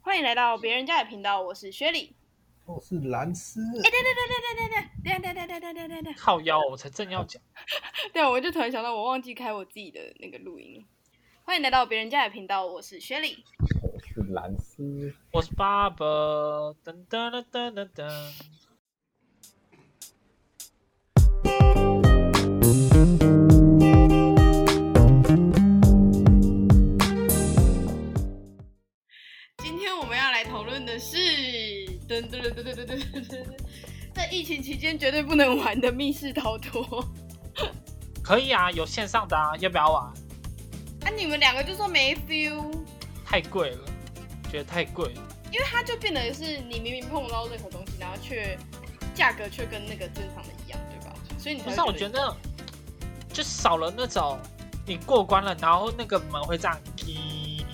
欢迎来到别人家的频道，我是薛礼。我哦是蓝斯，哎，对对对对对对对，等一下等一下等一下等一下等一下等一下等一靠腰，我才正要讲。下，对，我就突然想到，我忘记开我自己的那个录音了。欢迎来到别人家的频道，我是薛礼。我是蓝斯，我是爸爸，噔噔噔噔噔噔。今天我们要来讨论的是，噔噔噔噔噔噔噔噔噔，在疫情期间绝对不能玩的密室逃脱。可以啊，有线上的啊，要不要玩？ 啊，你们两个就说没 feel，太贵了，觉得太贵了。因为它就变得是你明明碰不到任何东西，然后却价格却跟那个正常的一样，对吧？所以你才不会是啊，我觉得那就少了那种你过关了，然后那个门会这样滴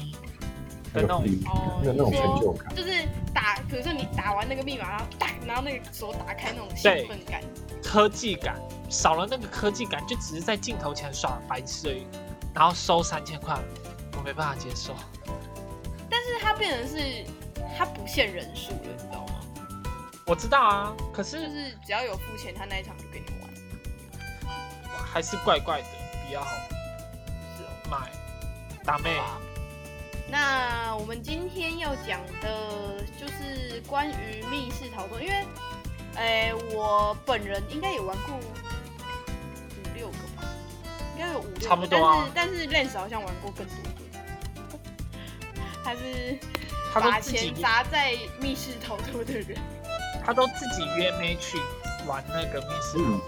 的那种有。哦，那那种你说成就感，就是打，比如说你打完那个密码，然后打，然后那个手打开那种兴对奋感。科技感，少了那个科技感，就只是在镜头前耍白痴而已。然后收三千块，我没办法接受。但是它变成是它不限人数了，你知道吗？我知道啊，可就是是只要有付钱，他那一场就给你玩。还是怪怪的，比较好是哦。买。打妹，那我们今天要讲的就是关于密室逃脱，因为，哎、我本人应该也玩过五六个吧，应该有五六个，差不多啊但是但是 Lens 好像玩过更多 个，他是他把都自己钱砸在密室逃脱的人，他都自己约妹去玩那个密室嗯，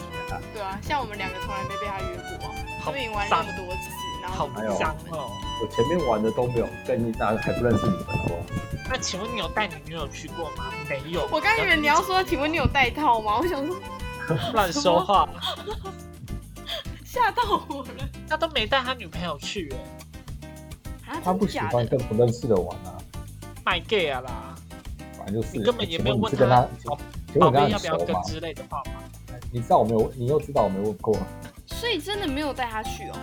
对啊，像我们两个从来没被他约过啊，他好们已经玩那脏么多次，然好后哎呦脏哦！我前面玩的都没有，跟你那还不认识你们哦好不好？那请问你有带你女友去过吗？没有。我刚以为你要说，请问你有带套吗？我想说乱说话，吓到我了，他都没带他女朋友去耶，啊，他真不的喜假欢的？跟不认识的玩啊，卖 gay 啊啦！反正就是你根本也没有请问你是跟他，宝请问你跟宝贝他要不要很熟跟吗？之类的话吗？你知道我没有，你又知道我没问过，所以真的没有带他去哦。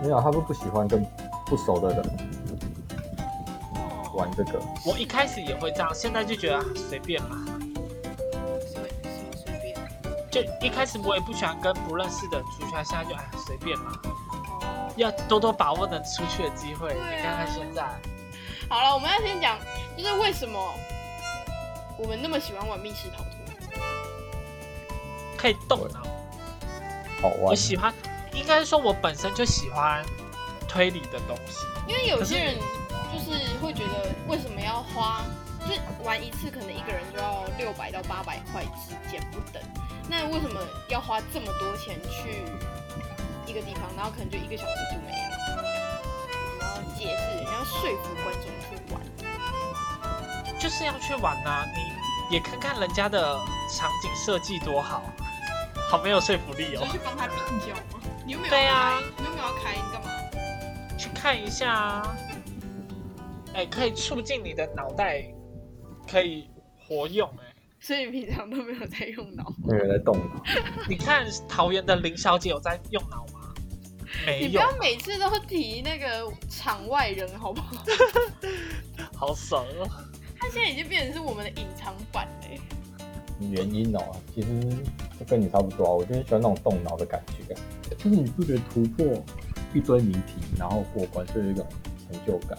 没有，他说不喜欢跟不熟的人哦玩这个，我一开始也会这样，现在就觉得啊随便嘛。随什么随便就一开始我也不喜欢跟不认识的人出去，现在就哎随便嘛，哦。要多多把握能出去的机会。对啊你看看现在，好了，我们要先讲，就是为什么我们那么喜欢玩密室逃脱？可以动脑。好我玩，喜欢，应该说我本身就喜欢推理的东西。因为有些人就是会觉得，为什么要花，就是玩一次可能一个人就要六百到八百块之间不等，那为什么要花这么多钱去一个地方，然后可能就一个小时就没了？然后解释，然后说服观众去玩。就是要去玩呐、你也看看人家的场景设计多好，好没有说服力哦就。去帮他比较吗？你又没有对啊开你又没有要开，你干嘛？去看一下啊，哎、可以促进你的脑袋可以活用哎、所以你平常都没有在用脑，没有在动脑，你看桃园的林小姐有在用脑吗？你没不有，要每次都提那个场外人好不好？好爽哦！他现在已经变成是我们的隐藏版嘞、原因哦，其实就跟你差不多啊，我就是喜欢那种动脑的感觉，就是你不觉得突破一堆谜题，然后过关，就有一种成就感。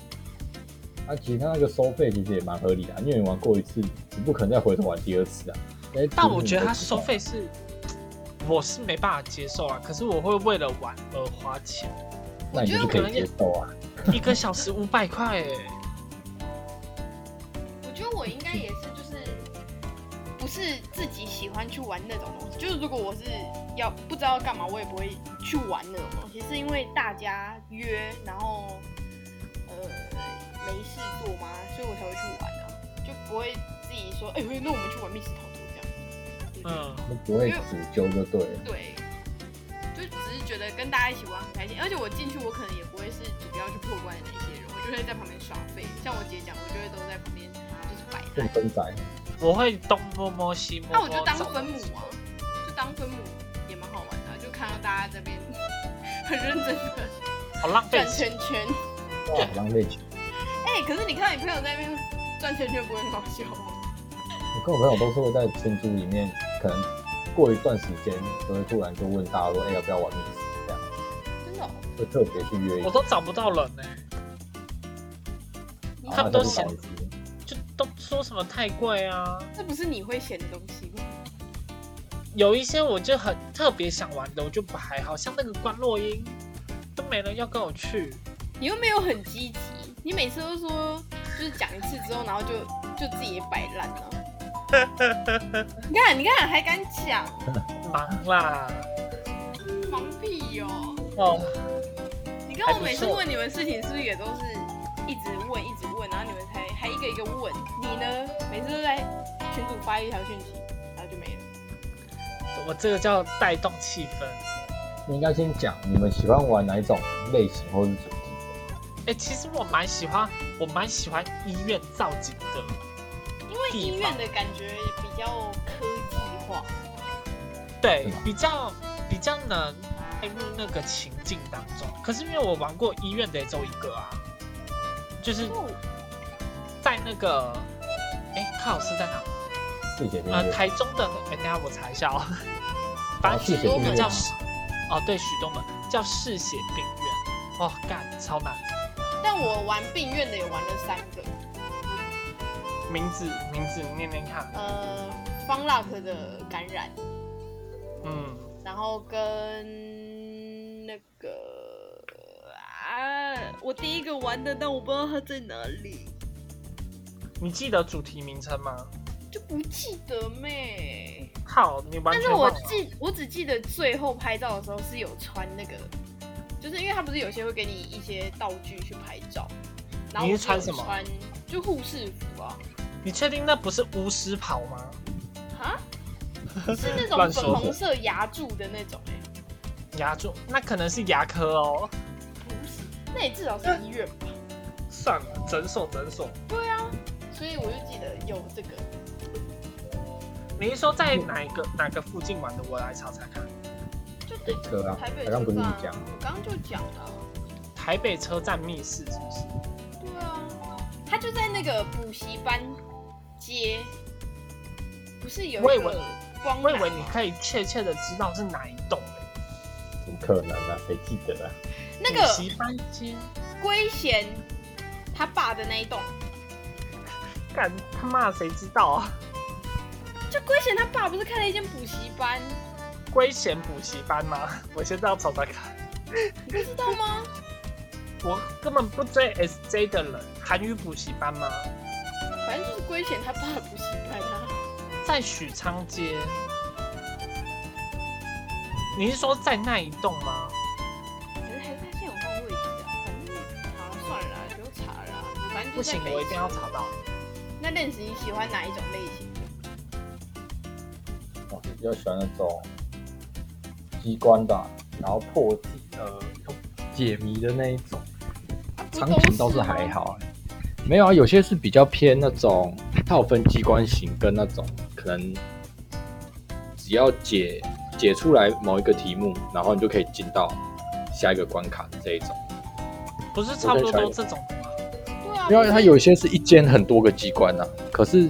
啊，其实他那个收费其实也蛮合理的、啊，因为你玩过一次，你不可能再回头玩第二次啊。哎但我觉得他收，费是， 我是没办法接受啊。可是我会为了玩而花钱，那你就是可以接受啊。一个小时五百块哎。我觉得我应该也是，就是不是自己喜欢去玩那种东西。就是如果我是要不知道干嘛，我也不会去玩那种东西，是因为大家约，然后呃没事做嘛，所以我才会去玩啊，就不会自己说，哎、那我们去玩密室逃脱这样。嗯，都不会主纠就对了。对，就只是觉得跟大家一起玩很开心，而且我进去我可能也不会是主要去破关的那些人，我就会在旁边耍废。像我姐讲，我就会都在旁边就是摆变摊，分仔，我会东摸摸西摸摸。那我就当找分母啊，就当分母也蛮好玩的啊、就看到大家这边 很认真的哦好浪转费钱。圈圈。哇，好浪费钱。哎、可是你看到你朋友在那边转圈圈不会很好笑吗？我跟我朋友都是会在群组里面，可能过一段时间，就会突然就问大家说，哎、要不要玩密室？这样真的哦、会特别去约一我个，都找不到人呢、你然他后们就都去嫌找一些就都说什么太贵啊。这不是你会写的东西吗？有一些我就很特别想玩的，我就不还好像那个关洛音，都没人要跟我去。你又没有很积极，你每次都说就是讲一次之后，然后就就自己也摆烂了。 你看，你看，还敢讲，忙啦，忙屁哦！哦，你看我每次问你们事情，是不是也都是一直问，一直问，然后你们才还一个一个问？你呢，每次都在群主发一条讯息，然后就没了。我这个叫带动气氛。你应该先讲你们喜欢玩哪一种类型或是主题哎、其实我蛮喜欢，我蛮喜欢医院造景的，因为医院的感觉比较科技化，对是吗，比较比较能带入那个情境当中。可是因为我玩过医院的也只有一个啊，就是哦在那个，哎、靠是在哪？自己的呃，约。台中的，哎、等一下我查一下哦。反正嗜血我们病叫院嗜，哦，对，许多门叫嗜血病院。哦，干，超难，但我玩病院的也玩了三个，名字名字念念看，呃，方 luck 的感染，嗯，然后跟那个啊，我第一个玩的，但我不知道它在哪里，你记得主题名称吗？就不记得咩。好，你完但是全我忘了。记，我只记得最后拍照的时候是有穿那个，就是因为它不是有些会给你一些道具去拍照，然后你我是穿有什么穿就护士服啊，你确定那不是巫师袍吗？啊，是那种 乱粉说红色牙柱的那种、欸，牙柱，那可能是牙科哦。不是，那也至少是医院 吧。啊算了，诊所诊所。所以我就记得有这个，你是说在哪一个哪个附近玩的？我来查查看。就是北车啊，台北刚刚不是车你站啊讲，我刚刚就讲了啊、台北车站密室是不是？对啊，他就在那个补习班街，不是有我一以为个光我以为南你吗可以确切的知道是哪一栋、欸。怎么可能啊？谁记得啊？那补个习班街，龟贤他爸的那一栋，干他妈谁知道啊？就龟贤他爸不是开了一间补习班，龟贤补习班吗？ 我现在要找查看。你不知道吗？ 我根本不追 SJ 的人，韩语补习班吗？反正就是龟贤他爸的补习班啊。在许昌街。你是说在那一栋吗？可是还是他现在有换位置啊，反正好了算了啦，不用查了啦，反正就不在行，北我一定要车查到。那认识你喜欢哪一种类型的？我比较喜欢那种机关的啊，然后破解呃解谜的那一种。啊不场都啊 景倒是还好、欸，没有啊，有些是比较偏那种，它有分机关型跟那种可能只要解解出来某一个题目，然后你就可以进到下一个关卡的这一种。不是差不多都这种的吗？吗。对啊，因为它有些是一间很多个机关呐、啊，可是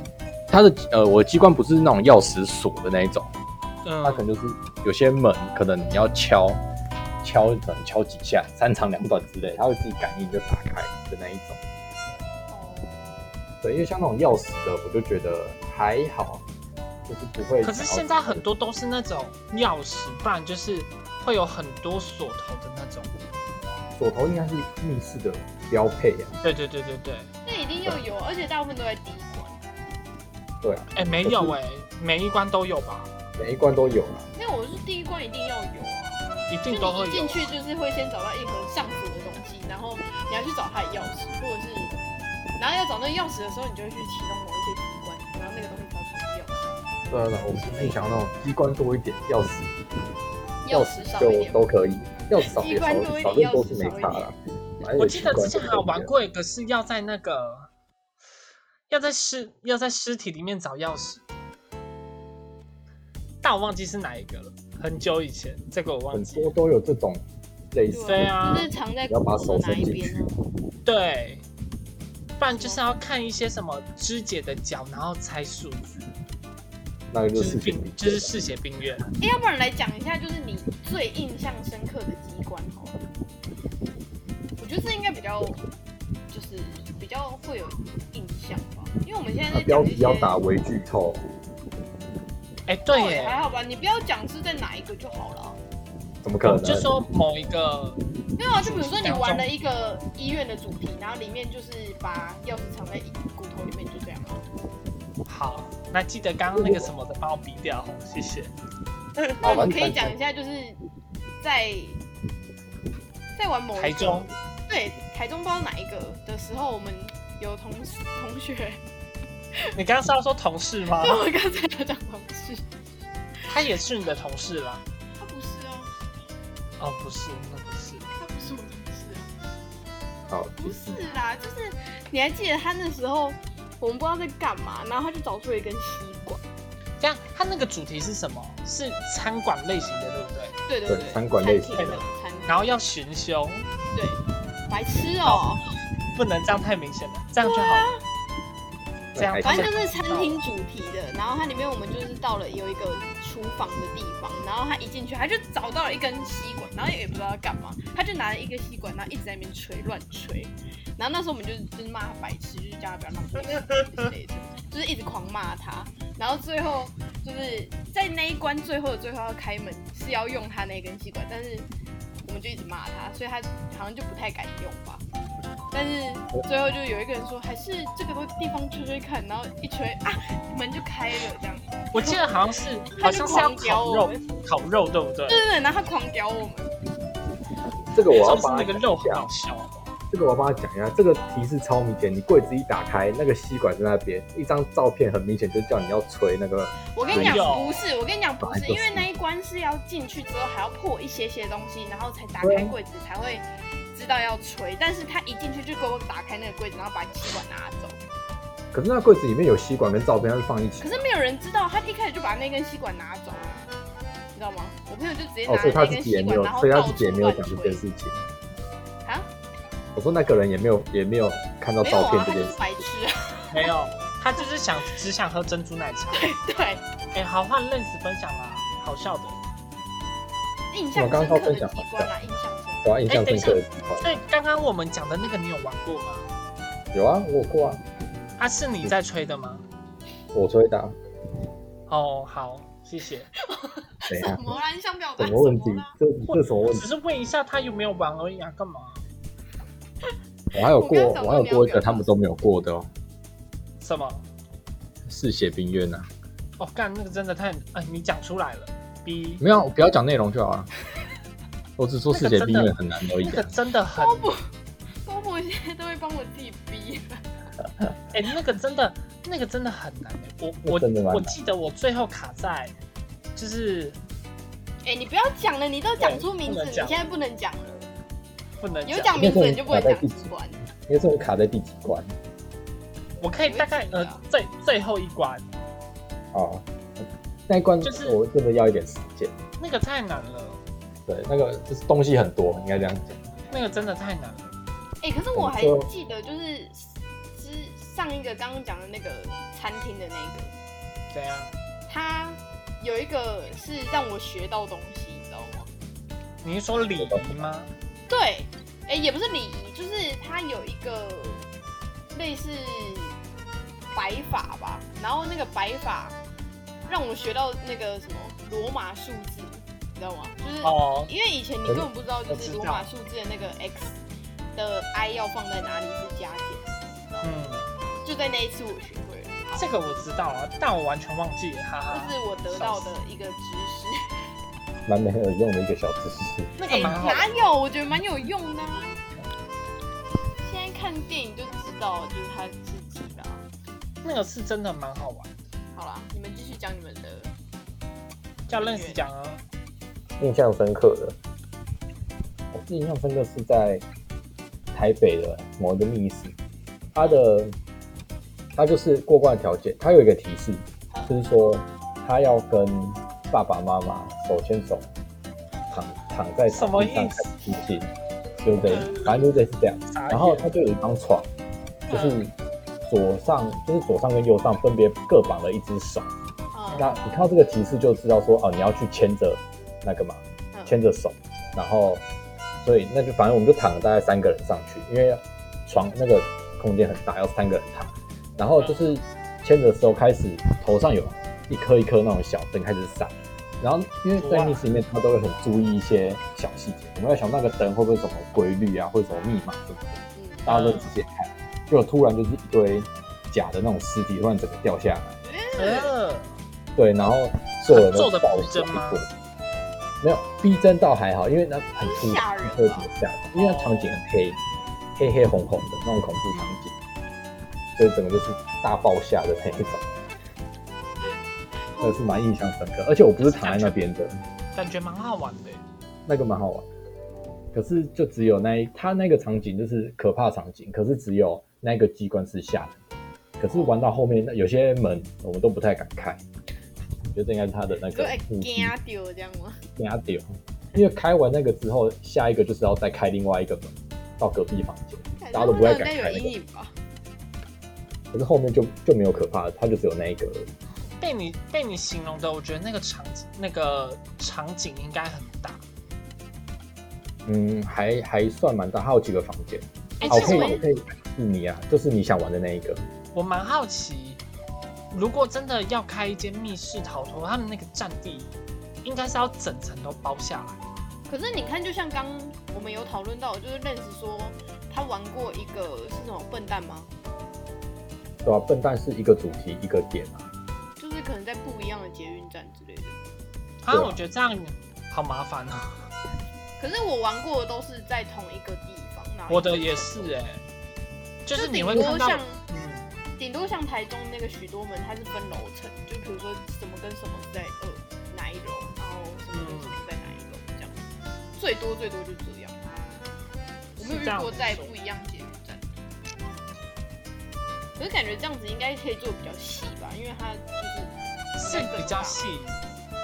它的呃我的机关不是那种钥匙锁的那一种，它可嗯，能就是有些门可能你要敲敲可能敲几下，三长两短之类，它会自己感应就打开的那一种。对，因为像那种钥匙的，我就觉得还好，就是不会。可是现在很多都是那种钥匙办，就是会有很多锁头的那种。锁头应该是密室的标配啊呀、对对对对对，那一定又有，而且大部分都在第一关。对啊，哎、没有哎、每一关都有吧？每一关都有啊啦。没有，我是第一关一定要有啊，一就定都你会一有进。去就是会先找到一盒上锁的东西，然后你要去找它的钥匙，或者是，然后要找那个钥匙的时候，你就会去启动某一些机关，然后那个东西才会出钥匙。对啊，我是更想要那种机关多一点，钥匙钥匙少一就点，都可以，钥匙少机也关少多一点少更钥多匙是没少一差点啦。反正有我记得机关之前就还可以有玩了，过一个是要在那个要在尸要在尸体里面找钥匙，但我忘记是哪一个了，很久以前，这个我忘啊很记多了。都有这种类似的。对啊就是藏在骨头的哪一边啊。不对，不然就是要看一些什么肢解的角，然后猜数字，那个就就是是病并就是嗜血冰月。哎，要不然来讲一下，就是你最印象深刻的机关好了。我觉得这应该比较，就是比较会有印象吧，因为我们现在在标讲一题些啊要打微剧透，哎，对还耶，好吧，你不要讲是在哪一个就好了啊。怎么可能？哦就说某一个没有啊，就比如说你玩了一个医院的主题，然后里面就是把钥匙藏在骨头里面，就 这样哦啊。好，那记得刚刚那个什么的帮我逼掉，谢谢。那我们可以讲一下，就是在在玩某一个台中对台中不知道哪一个的时候，我们有同事同学，你刚刚是要说同事吗？哦我刚才有讲同事，他也是你的同事啦？他不是啊，哦，不是，那不是。他不是我同事啊，好，不是啦，就是你还记得他那时候我们不知道在干嘛，然后他就找出了一根吸管，这样，他那个主题是什么？是餐馆类型的，对不对？对对对对，餐馆类厅型的的餐厅，然后要寻凶，对，白痴哦、不能这样太明显了，这样就好了。这哎样，反正就是餐厅主题的，然后它里面我们就是到了有一个厨房的地方，然后他一进去，他就找到了一根吸管，然后也不知道要干嘛，他就拿了一个吸管，然后一直在那边吹乱吹，然后那时候我们就是就是骂他白痴，就是叫他不要浪费食物之类的，就是一直狂骂他，然后最后就是在那一关最后的最后要开门是要用他那根吸管，但是我们就一直骂他，所以他好像就不太敢用吧。但是最后就有一个人说，还是这个地方吹吹看，然后一吹啊，门就开了这样。我记得好像是啊他好就像是狂欸屌要烤我肉们，，烤肉对不对对？对对，然后他狂屌我们，这个我要上次帮那他个讲肉一很下好，笑。这个我要帮他讲一下。这个提示超明显，你柜子一打开，那个吸管在那边，一张照片很明显就叫你要吹那个。我跟你讲没有不是，我跟你讲不本是，来就因是为那一关是要进去之后还要破一些些东西，然后才打开柜子才会知道要吹。但是他一进去就给我打开那个柜子，然后把吸管拿走。可是那柜子里面有吸管跟照片，它是放一起可。是没有人知道，他一开始就把那根吸管拿走，啊你知道吗？我朋友就直接拿哦，所了以他那自根己吸也没管，有然，后所以他到自处己也没有乱讲这吹件事情。啊。我说那个人也没有也没有看到没有照啊片，他这就件是事。白痴啊！没有，他就是想只想喝珍珠奶茶。 对，哎，好，换 Lens 分享啦，好笑的。印象深刻的机关啦，印象深刻。对啊，印象深刻的地方所以刚刚我们讲的那个，你有玩过吗？有啊，我有过啊，啊，是你在吹的吗？我吹的啊。哦，好，谢谢。等一下什，么啦？你想表达哎啊什么问题什啦？？这这什么问只题？是问一下他有没有玩而已啊，干嘛？我还有过，我刚刚想说我还有过你一要个表达他们都没有过的哦，什么？嗜血冰啊月呢？哦，干那个真的太……哎，你讲出来了，B，没有，我不要讲内容就好了。我只说嗜血冰月很难而已那个啊。真的很……高博，高博现在都会帮我自己逼。哎，那个真的，那个真的很难。我那我真的蛮难我记得我最后卡在，就是哎，你不要讲了，你都讲出名字，你不能讲现在不能讲了。不能有讲。讲名字你就不会讲机关。因为这种卡在第几关我可以大概有呃一集啊最最后一关，哦，那一关就是我真的要一点时间。那个太难了，对，那个就是东西很多，应该这样讲。那个真的太难了。哎，可是我还没错记得，就是之上一个刚刚讲的那个餐厅的那个，怎样？他有一个是让我学到东西，你知道吗？你是说礼仪吗？对，哎、也不是礼仪，就是它有一个类似摆法吧，然后那个摆法让我学到那个什么罗马数字，你知道吗？就是、哦，因为以前你根本不知道，就我知是道罗马数字的那个 x 的 i 要放在哪里是加减，嗯，就在那一次我学会了，好这个我知道啊，但我完全忘记了，哈哈。这是我得到的一个知识。蛮没有用的一个小知识。那个哎，蛮好玩哪有？我觉得蛮有用的、啊。现在看电影就知道，就是它是几了。那个是真的蛮好玩，好啦，你们继续讲你们的。叫认识讲啊。印象深刻的，我是印象深刻是在台北的某一个密室，它的它就是过关的条件，它有一个提示，就是说他要跟爸爸妈妈手牵手躺躺在什床么上意思看星星，对不对？反正就类似这样。傻眼嗯然后他就有一张床，就是左上就是左上跟右上分别各绑了一只手。嗯哦那你看到这个提示就知道说哦，你要去牵着那个嘛，嗯牵着手，然后所以那就反正我们就躺了大概三个人上去，因为床那个空间很大，要三个人躺，然后就是牵着的时候开始头上有一颗一颗那种小灯开始闪。然后，因为在哇密室里面，他都会很注意一些小细节，我们要想那个灯会不会有什么规律啊，或者什么密码什么的。嗯，大家都直接看，结果突然就是一堆假的那种尸体，突然整个掉下来，呃，对，然后所有人都做得爆逼真吗过没有逼真倒还好，因为那很突吓人特别吧吓人，因为它场景很黑，黑黑红红的那种恐怖场景，所以整个就是大爆吓的那一 种，那是蛮印象深刻。而且我不是躺在那边的，感觉蛮好玩的。那个蛮好玩。可是就只有那一，它那个场景就是可怕场景，可是只有那个机关是吓人的。可是玩到后面，那有些门我们都不太敢开，我觉得这应该是它的那就个会目的啊惊丢这样吗？压丢。因为开完那个之后，下一个就是要再开另外一个门到隔壁房间，大家都不太应敢该开有那阴个。影吧？可是后面就就没有可怕的，它就只有那一个而已。被你被你形容的，我觉得那个场景那个场景应该很大。嗯，还还算蛮大，还有几个房间。哎、好，哦其我实可以也我我可以是你啊，就是你想玩的那一个。我蛮好奇，如果真的要开一间密室逃脱，他们那个占地应该是要整层都包下来。可是你看，就像刚我们有讨论到，就是认识说他玩过一个是什么笨蛋吗？对啊，笨蛋是一个主题一个点啊，就是可能在不一样的捷运站之类的。啊，对啊我觉得这样好麻烦哦、可是我玩过的都是在同一个地方，然后我的也是哎、就是你顶会多看到像，嗯，顶多像台中那个许多门，它是分楼层，就比如说什么跟什么是在二哪一楼，然后什么跟什么在哪一楼这样，最多最多就这样。我没有是遇这样过在没错不一样捷运站。可是感觉这样子应该可以做比较细吧，因为它就是是哎比较细，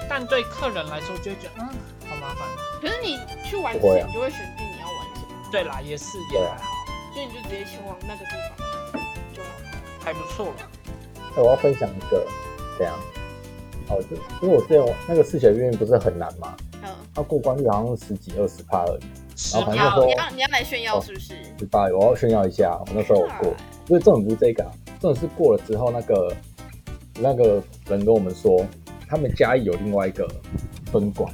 但对客人来说就会觉得嗯好麻烦。可是你去玩之不会前，啊你就会选定你要玩什么，对啦，也是也对啊还好，所以你就直接前往那个地方就好。还不错啦。哎我要分享一个，怎样？哦，就因为我之前我那个嗜血运不是很难嘛，嗯，它过关率好像是十几二十趴而已，十然后你要嗯反正说秒你要你要来炫耀是不是？啊十八，我要炫耀一下，我那时候有过。因为重点不是这个、啊，重点是过了之后，那个那个人跟我们说，他们嘉义有另外一个分馆，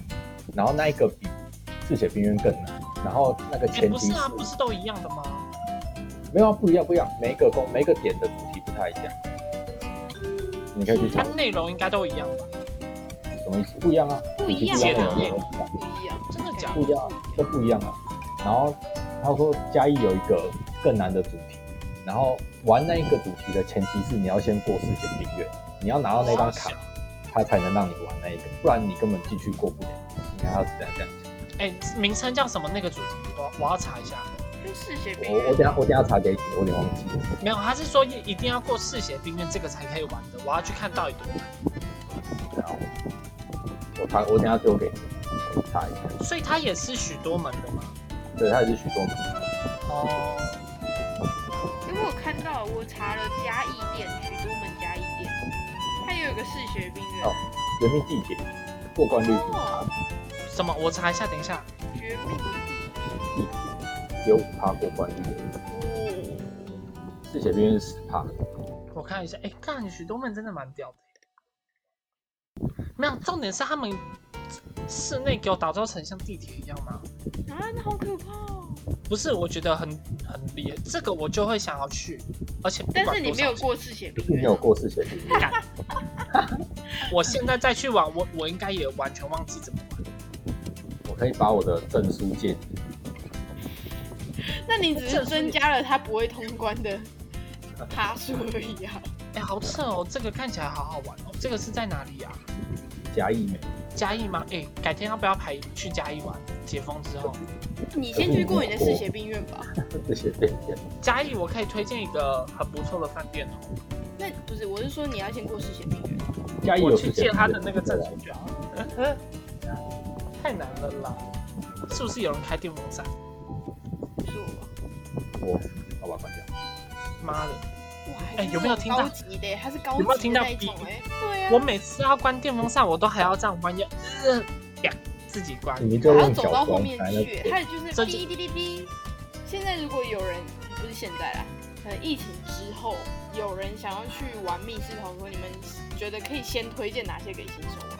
然后那一个比嗜血冰渊更难，然后那个哎、前不提是啊，不是都一样的吗？没有啊不一样不一样，每一个公每一个点的主题不太一样，你可以去它查内容应该都一样吧？什么意思？不一样啊，不一主题样不一样，不一内容不一样样不一样，真的假不一的？样啊，都不一样啊。然后他说嘉义有一个更难的主题，然后玩那一个主题的前提是你要先过世界冰月，你要拿到那张卡哇，他才能让你玩那一个，不然你根本进去过不了。你看他是这样这样讲，哎、名称叫什么？那个主题我我要查一下。就嗜血冰我我等月。下我等下查给你，我有点忘记了。没有，他是说一定要过嗜血冰院这个才可以玩的。我要去看到底多难。然后我查我等下丢给你，我查一下。所以它也是许多门的嘛。对，他也是许多门，哦，因为我看到我查了嘉义店，许多门嘉义店，它也有一个嗜血冰月，哦人民地铁过关率比他什么？我查一下，等一下。绝命地只有五趴过关率而已，哦，嗜血冰月是十趴。我看一下，哎、看许多门真的蛮屌的。没有，重点是他们室内给我打造成像地铁一样吗？啊，那好可怕哦！不是，我觉得很很厉害，这个我就会想要去，而且不管但是你多没少有钱，过嗜血冰并月，没有过嗜血冰月。我现在再去玩，我我应该也完全忘记怎么玩。我可以把我的证书借你，那你只是增加了他不会通关的趴数而已啊。哎、好扯哦，这个看起来好好玩哦。这个是在哪里啊？嘉义美，嘉义吗？哎、改天要不要排去嘉义玩？解封之后， 你先去过你的嗜血病院吧。这些店店，嘉义我可以推荐一个很不错的饭店哦。那不是，我是说你要先过嗜血病院。嘉义我有去嗜借血他冰的月那个证书就好。 太难了啦，是不是有人开电风扇？是我吧？我好吧，关掉。妈的！哇，哎有没有听到高级的？它是高级有没有的听到那一种哔哎，对啊，我每次要关电风扇，我都还要这样弯腰，呃，啪自己关。你就我还要用走脚到后光面才能去，还有就是这哔就哔哔哔。现在如果有人不是现在啦，呃，疫情之后有人想要去玩密室逃脱，你们觉得可以先推荐哪些给新手玩吗？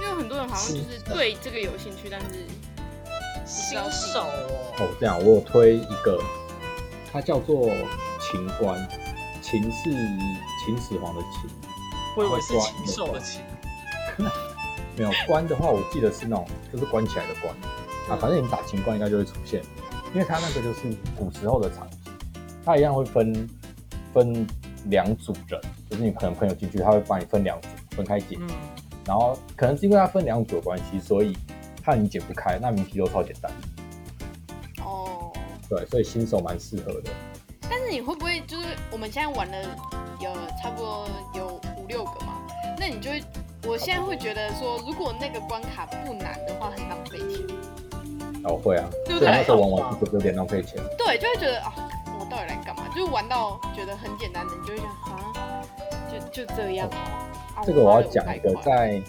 因为很多人好像就是是的对这个有兴趣，但是新手哦，哦，这样我有推一个，它叫做秦观，秦是秦始皇的秦，我以为是禽兽的禽。没有关的话，我记得是那种就是关起来的关啊，反正你打秦关应该就会出现，因为它那个就是古时候的场景，它一样会分分两组人，就是你可能朋友进去，他会把你分两组分开解，嗯，然后可能是因为它分两组的关系，所以怕你解不开，那谜题都超简单，哦，对，所以新手蛮适合的。但是你会不会就是我们现在玩了有差不多有五六个嘛？那你就会，我现在会觉得说，如果那个关卡不难的话，很浪费钱。然后会啊，对所不对以那时候玩玩是有点浪费钱。哦对，就会觉得啊，我到底来干嘛？就是玩到觉得很简单的，你就会想啊，就就这样哦。啊这个我花要了讲一个500，块在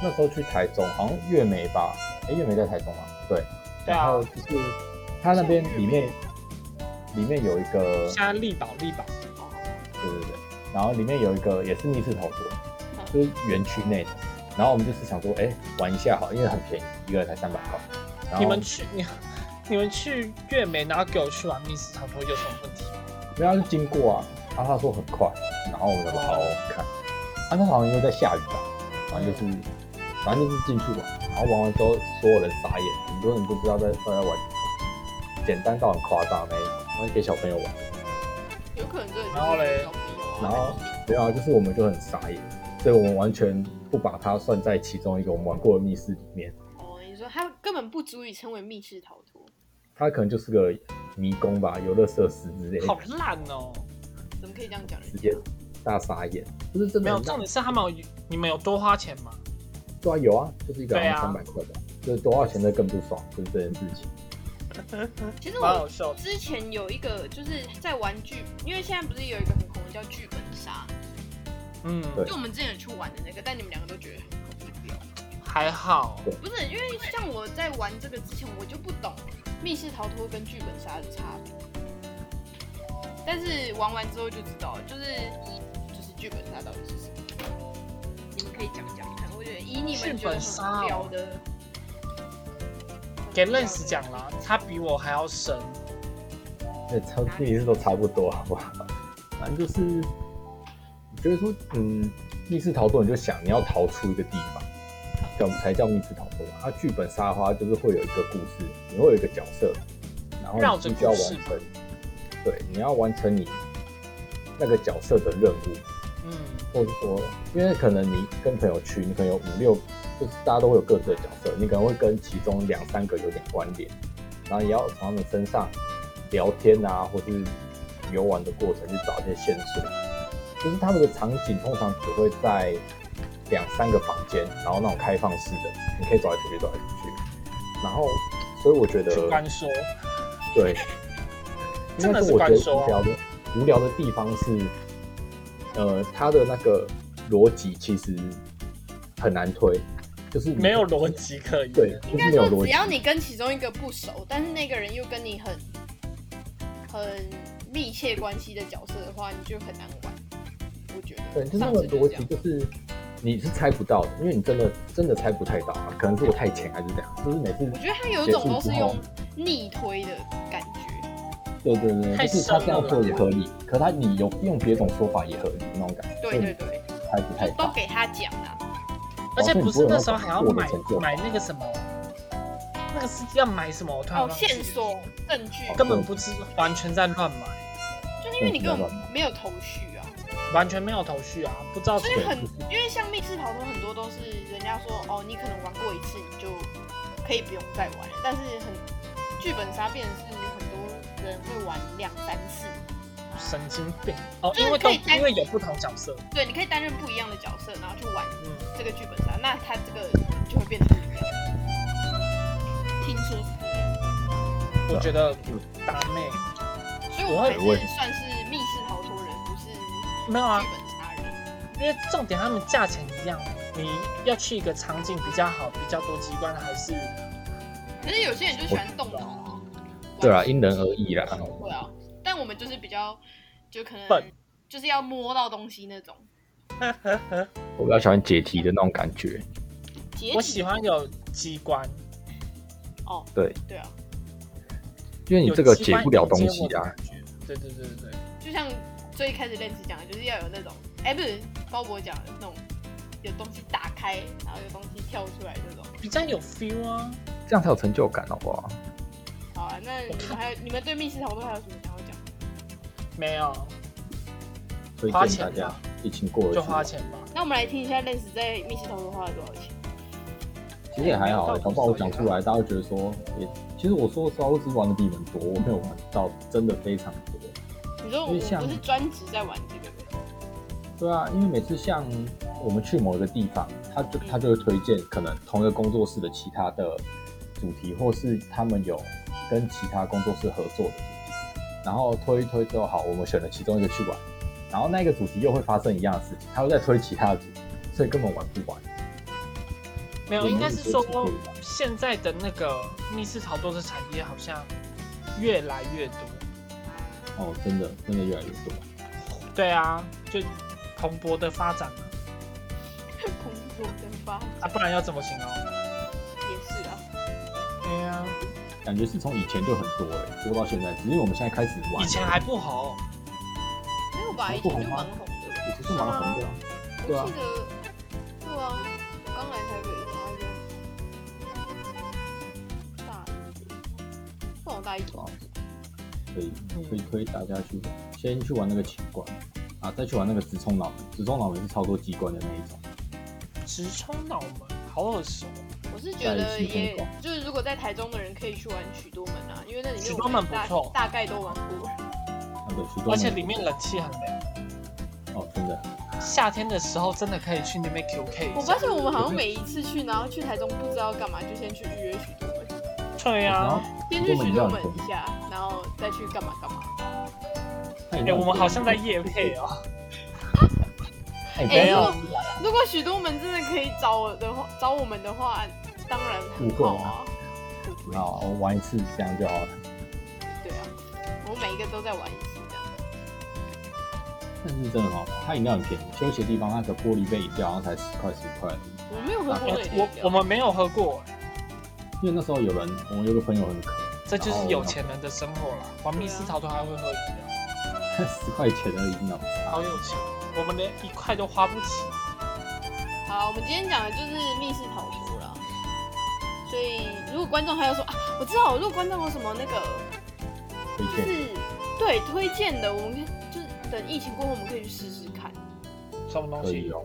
那时候去台中，好像月美吧？哎，月美在台中吗？对。对啊然后就是它那边里面里面有一个，现在力宝力宝，对对对，然后里面有一个也是密室逃脱嗯，就是园区内的。然后我们就是想说，哎，玩一下好，因为很便宜，一个人才三百块。然后你们去 你你们去月美，然后给我去玩密室逃脱有什么问题？没有，他就经过啊，啊，他说很快，然后我们就说好好看，啊，那好像因为在下雨吧，反正就是，反正就是进去玩，然后玩完之后，所有人傻眼，很多人不知道在在玩什么，简单到很夸张那一种，然后给小朋友玩，有可能这然后嘞然后没有啊，就是我们就很傻眼，所以我们完全不把它算在其中一个我们玩过的密室里面，哦，你说它根本不足以称为密室逃脱，它可能就是个迷宫吧，游乐设施之类的好，烂哦！怎么可以这样讲人直家接？大傻眼，就是真没的有，很重点是他们有你们有多花钱吗？对啊，有啊，就是一个好对像啊三百块吧，就是多少钱的更不爽，就是这件事情。其实蛮我好笑的。之前有一个就是在玩剧，因为现在不是有一个很红的叫剧本杀，嗯，对就我们之前有去玩的那个，但你们两个都觉得很无聊。还好。不是，因为像我在玩这个之前，我就不懂密室逃脱跟剧本杀的差别。但是玩完之后就知道了，就是就是剧本杀到底是什么。你们可以讲讲看，我觉得以你们觉得很无聊 的，给认识讲啦，他比我还要深。那差第一次都差不多，好不好？反正就是，我觉得说，嗯，密室逃脱，你就想你要逃出一个地方，叫才叫密室逃脱嘛。啊，剧本杀的话，就是会有一个故事，你会有一个角色，然后绕你着必须要故完事成，对，你要完成你那个角色的任务，嗯，或者说，因为可能你跟朋友去，你可能有五六，就是大家都会有各自的角色，你可能会跟其中两三个有点关联，然后也要从他们身上聊天啊，或是游玩的过程去找一些线索。就是他们的场景通常只会在两三个房间，然后那种开放式的，你可以走来走去走来走去。然后，所以我觉得去关说，对，真的是啊应该关是说我觉得无聊的无聊的地方是，呃，它的那个逻辑其实很难推，就是你没有逻，辑可言。对，就应是该没有说逻只辑。要你跟其中一个不熟，但是那个人又跟你很很密切关系的角色的话，你就很难玩。我觉得，对，就是那上个次逻这辑样就是你是猜不到的，因为你真的真的猜不太到啊，可能是我太浅还是怎样，就是每次我觉得他有一种都是结束之后用逆推的感觉。对对对，太就是他深这样了做啦也合理，可他你有用别种说法也合理那种感觉，对对，对，猜不嗯太就都到。给他讲啊。而且不是那时候还要买哦所以你不会有那种买那个什么，那个是要买什么？我突然哦，忘记线，索、证据，根本不知，完全在乱买，就是因为你根本没有头绪啊。完全没有头绪啊，不知道所怎以么。很，因为像密室逃脱很多都是人家说哦，你可能玩过一次你就可以不用再玩了，但是很剧本杀变成是很多人会玩两三次，神经病哦，就是因为都可以单因为有不同角色，对，你可以担任不一样的角色，然后去玩嗯，这个剧本杀，那它这个就会变得不一样。听说是这样，我觉得打妹所以为我还我也是算是密室逃脱人，不是剧没有啊，本杀人。因为重点他们价钱一样，你要去一个场景比较好、比较多机关，还是可是有些人就喜欢动脑啊。对啊，因人而异啦。哦对啊，但我们就是比较，就可能笨就是要摸到东西那种。我比较喜欢解题的那种感觉，解我体喜欢有机关，哦，对对啊，因为你有这个机解关不了迎接东西我的啊感。觉。对对对对对，就像最一开始认识讲的，就是要有那种，哎、不是包博讲的那种，有东西打开，然后有东西跳出来这种。比较有 feel 啊。这样才有成就感，好不好？好啊，那你们还有你们对密室逃脱还有什么想要讲？没有，推花荐钱大家吧疫情过了就花，钱吧。那我们来听一下认识在密室逃脱花了多少钱。其实也还好，哎搞不好我讲出来，大家会觉得说，也其实我说实话，我只玩的比你们多，我没有玩到真的非常多。你说我因为像我是专职在玩这个的，对啊，因为每次像我们去某一个地方，他嗯就他就会推荐可能同一个工作室的其他的主题，或是他们有跟其他工作室合作的主题，然后推一推之后，好，我们选了其中一个去玩，然后那个主题又会发生一样的事情，他会再推其他的主题，所以根本玩不完。没有，对应该是说那你觉得是可以吧现在的那个密室逃脱的产业好像越来越多。哦，真的真的越来越多。对啊，就蓬勃的发展啊 工作跟发啊，不然要怎么形容？也是啊。对啊，感觉是从以前就很多哎、欸，多到现在，只是因为我们现在开始玩，以前还不红，没有吧，以前就蛮红的。也不是蛮红的、啊，对啊我记得，对啊，我刚来台北的时候还是大一，不好大一吧。啊所以可以推大家去先去玩那个奇观啊，再去玩那个直冲脑门，直冲脑门是超多机关的那一种，直冲脑门，好耳熟。啊我是觉得在西也门口就是如果在台中的人可以去玩许多门啊，因为那里面许我多们门不大错大概都玩过。那个许多门而且里面冷气很凉，哦，真的夏天的时候真的可以去那边 QK 我一发下。现我们好像每一次去，然后去台中不知道干嘛，就先去预约许多门，对然后，啊先去许多门一下，然后再去干嘛干嘛。哎哎、我们好像在夜配哦、哎哎、没如有果如果许多门真的可以找我的话，找我们的话，当然很好啊。不要啊，我玩一次这样就好了。对啊，我每一个都在玩一次这样。但是真的很好玩，它饮料很便宜，休息的地方那个玻璃杯饮料好像才十块十块而已，我没有喝过那我个，我们没有喝过、因为那时候有人，我们有个朋友很渴，这哦就是有钱人的生活啦。玩密室逃脱还会喝饮料，十块钱而已，你知道吗？好有钱，我们连一块都花不起。好，我们今天讲的就是密室逃脱啦。所以如果观众还有说啊，我知道，如果观众有什么那个推就荐。是对推荐的，我们可以就是等疫情过后，我们可以去试试看，什么东可以西？哦，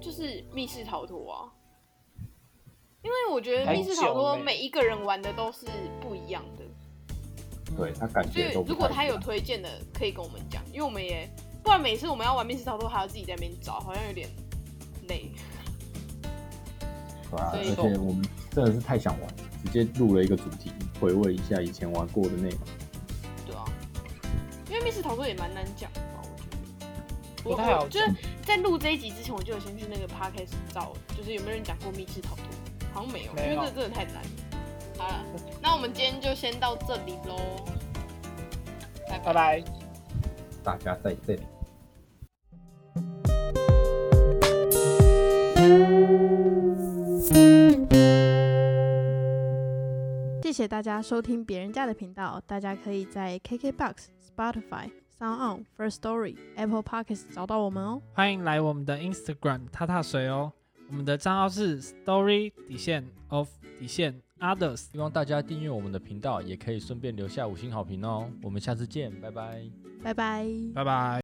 就是密室逃脱啊。因为我觉得还密室逃脱久呢每一个人玩的都是不一样的，对他感所觉以都不如果太他一有样推荐的，可以跟我们讲，因为我们也不然每次我们要玩密室逃脱，还要自己在那边找，好像有点累。对啊，所而以且我们真的是太想玩，直接录了一个主题，回味一下以前玩过的内容。对啊，因为密室逃脱也蛮难讲的吧，我觉得。不太好我就是在录这一集之前，我就有先去那个 podcast 找，就是有没有人讲过密室逃脱，好像没有，没有因为这真的太难了。好了，那我们今天就先到这里喽，拜拜拜。拜。大家在这里。谢谢大家收听别人家的频道，大家可以在 KKBox、Spotify、Sound On、First Story、Apple Podcasts 找到我们哦。欢迎来我们的 Instagram 踏踏水哦。我们的账号是 Story 底线 of 底线 Others。希望大家订阅我们的频道，也可以顺便留下五星好评哦。我们下次见，拜拜。拜拜。拜拜。